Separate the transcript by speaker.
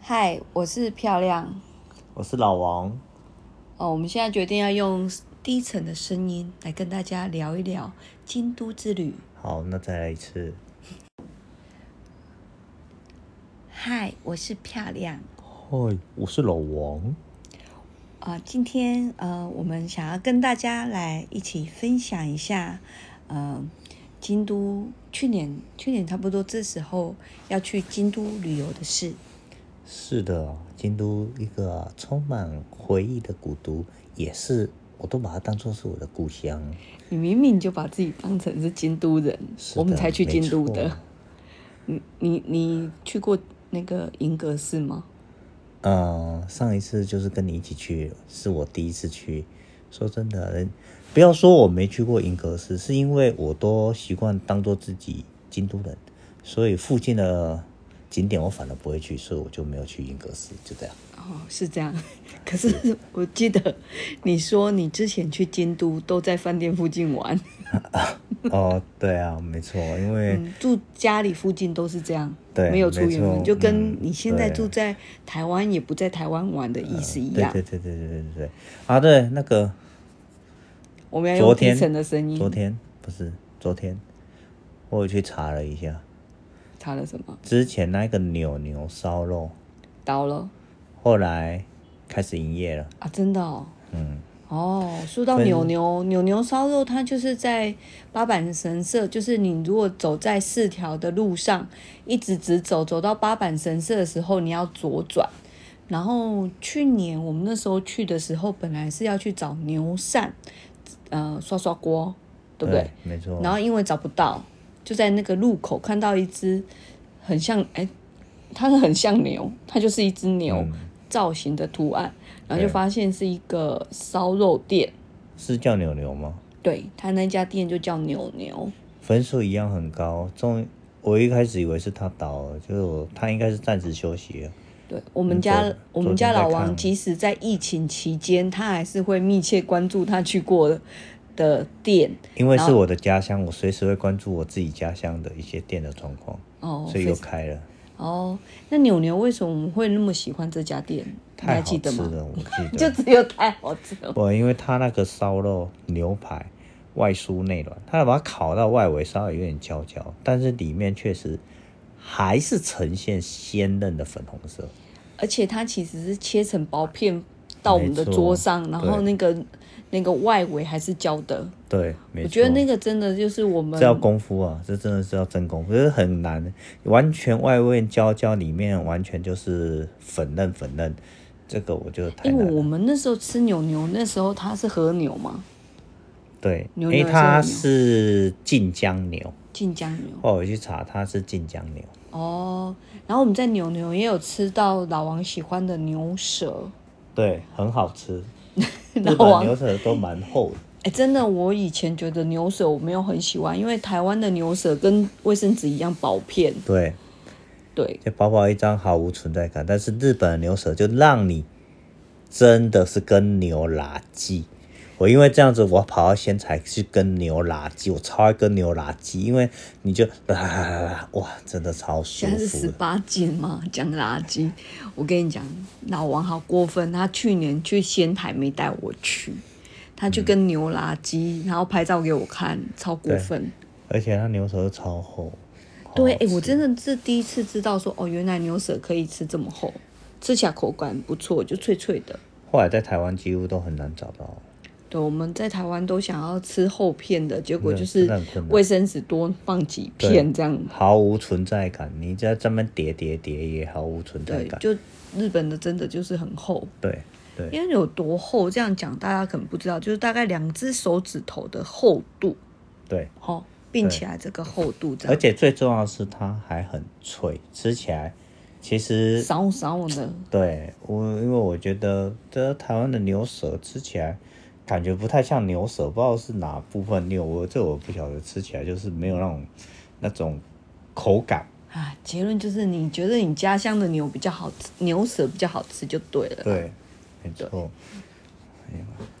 Speaker 1: 嗨，我是漂亮。
Speaker 2: 我是老王，
Speaker 1: 哦，我们现在决定要用低沉的声音来跟大家聊一聊京都之旅。
Speaker 2: 好，那再来一次。
Speaker 1: 嗨，我是漂亮。
Speaker 2: 嗨，我是老王。
Speaker 1: 啊、今天呃，我们想要跟大家来一起分享一下，呃，京都去年去年差不多这时候要去京都旅游的事。
Speaker 2: 是的，京都一个充满回忆的古都，也是我都把它当做是我的故乡。
Speaker 1: 你明明就把自己当成是京都人，
Speaker 2: 是的
Speaker 1: 我们才去京都
Speaker 2: 没
Speaker 1: 的
Speaker 2: 错。
Speaker 1: 你你你去过那个银阁寺吗？
Speaker 2: 嗯，上一次就是跟你一起去，是我第一次去。说真的，人不要说我没去过银阁寺，是因为我都习惯当做自己京都人，所以附近的景点我反而不会去，所以我就没有去银阁寺，就这样。
Speaker 1: 哦，是这样。 可是我记得你说你之前去京都都在饭店附近玩，
Speaker 2: 哦，对啊，没错，因为、
Speaker 1: 嗯，住家里附近都是这样，
Speaker 2: 对
Speaker 1: 没有出远
Speaker 2: 没
Speaker 1: 门，
Speaker 2: 错
Speaker 1: 就跟
Speaker 2: 嗯
Speaker 1: 你现在
Speaker 2: 对
Speaker 1: 住在台湾也不在台湾玩的意思一
Speaker 2: 嗯对
Speaker 1: 样。
Speaker 2: 呃对对对对对对啊！对，那个
Speaker 1: 我们要
Speaker 2: 昨
Speaker 1: 用低
Speaker 2: 天
Speaker 1: 沉的声音。
Speaker 2: 昨天不是昨天，我有去查了一下，
Speaker 1: 查了什么？
Speaker 2: 之前那个扭牛烧肉，
Speaker 1: 刀了
Speaker 2: 后来开始营业了。
Speaker 1: 啊！真的哦。
Speaker 2: 嗯，
Speaker 1: 哦，说到
Speaker 2: 分
Speaker 1: 扭牛扭牛烧肉，它就是在八坂神社，就是你如果走在四条的路上，一直直走走到八坂神社的时候，你要左转。然后去年我们那时候去的时候，本来是要去找牛扇，呃，刷刷锅，哦对不对？
Speaker 2: 没错。
Speaker 1: 然后因为找不到，就在那个路口看到一只很像，哎、它是很像牛，它就是一只牛、造型的图案，然后就
Speaker 2: 嗯对
Speaker 1: 发现是一个烧肉店，
Speaker 2: 是叫扭牛吗？
Speaker 1: 对，它那家店就叫牛牛，
Speaker 2: 分数一样很高，终于我一开始以为是他倒了，就是我他应该是暂时休息了。
Speaker 1: 对我们家、
Speaker 2: 嗯昨
Speaker 1: 我们家
Speaker 2: 昨天
Speaker 1: 老
Speaker 2: 在
Speaker 1: 王，
Speaker 2: 看
Speaker 1: 即使在疫情期间，他还是会密切关注他去过的的店
Speaker 2: 因为是我的家乡，我随时会关注我自己家乡的一些店的状况，
Speaker 1: 哦，
Speaker 2: 所以
Speaker 1: 非
Speaker 2: 又
Speaker 1: 常
Speaker 2: 开了，
Speaker 1: 哦，那牛牛为什么我们会那么喜欢这家店？你还
Speaker 2: 太好
Speaker 1: 记得
Speaker 2: 吃
Speaker 1: 吗？
Speaker 2: 了，我记得。
Speaker 1: 就只有太好吃 了。
Speaker 2: 不，因为它那个烧肉牛排外酥内软，它把它烤到外围稍微有点焦焦，但是里面确实还是呈现鲜嫩的粉红色。
Speaker 1: 而且它其实是切成薄片到我们的
Speaker 2: 没错
Speaker 1: 桌上，然后
Speaker 2: 对
Speaker 1: 那个那个外围还是焦的。
Speaker 2: 对，没错。
Speaker 1: 我觉得那个真的就是我们
Speaker 2: 这要功夫啊，这真的是要真功夫，这是很难，完全外味焦焦，里面完全就是粉嫩粉嫩，这个我觉得太
Speaker 1: 因
Speaker 2: 难
Speaker 1: 为
Speaker 2: 了。
Speaker 1: 我们那时候吃牛牛，那时候它是和牛嘛，
Speaker 2: 对，
Speaker 1: 牛
Speaker 2: 因
Speaker 1: 牛还是
Speaker 2: 为它
Speaker 1: 很牛
Speaker 2: 是晋江牛，
Speaker 1: 晋江牛
Speaker 2: 后来我去查它是晋江牛。
Speaker 1: 哦。然后我们在牛牛也有吃到老王喜欢的牛舌，
Speaker 2: 对，很好 吃。
Speaker 1: 老
Speaker 2: 日本
Speaker 1: 王
Speaker 2: 牛舌都蛮厚的。
Speaker 1: 哎，真的，我以前觉得牛舌我没有很喜欢，因为台湾的牛舌跟卫生纸一样薄片，
Speaker 2: 对，
Speaker 1: 对，
Speaker 2: 就薄薄一张，毫无存在感。但是日本的牛舌就让你真的是跟牛拉鸡。我因为这样子，我跑到仙台去跟牛拉鸡，我超爱跟牛拉鸡，因为你就啦哇，真的超舒
Speaker 1: 现在是
Speaker 2: 服
Speaker 1: 十
Speaker 2: 的。
Speaker 1: 八禁嘛，讲垃圾。我跟你讲，老王好过分，他去年去仙台没带我去，他去跟牛垃圾，然后拍照给我看，超过分。
Speaker 2: 而且它牛舌又超厚。
Speaker 1: 对，
Speaker 2: 好
Speaker 1: 哎、我真的是第一次知道说，哦，原来牛舌可以吃这么厚，吃起来口感不错，就脆脆的。
Speaker 2: 后来在台湾几乎都很难找到。
Speaker 1: 对，我们在台湾都想要吃厚片的，结果
Speaker 2: 那
Speaker 1: 就是
Speaker 2: 真的很困难
Speaker 1: 卫生纸多放几
Speaker 2: 对
Speaker 1: 片这样。
Speaker 2: 毫无存在感，你在这边叠叠叠也毫无存在
Speaker 1: 对，
Speaker 2: 感。
Speaker 1: 就日本的真的就是很厚。
Speaker 2: 对对
Speaker 1: 因为有多厚，这样讲大家可能不知道，就是大概两只手指头的厚度，
Speaker 2: 对，
Speaker 1: 哦，并起来这个厚度这样，
Speaker 2: 而且最重要的是它还很脆，吃起来其实
Speaker 1: 少少的，
Speaker 2: 对我，因为我觉得这台湾的牛舌吃起来感觉不太像牛舌，不知道是哪部分牛，我这我不晓得，吃起来就是没有那种那种口感。
Speaker 1: 啊，结论就是你觉得你家乡的牛比较好吃，牛舌比较好吃就对了。
Speaker 2: 对，没错。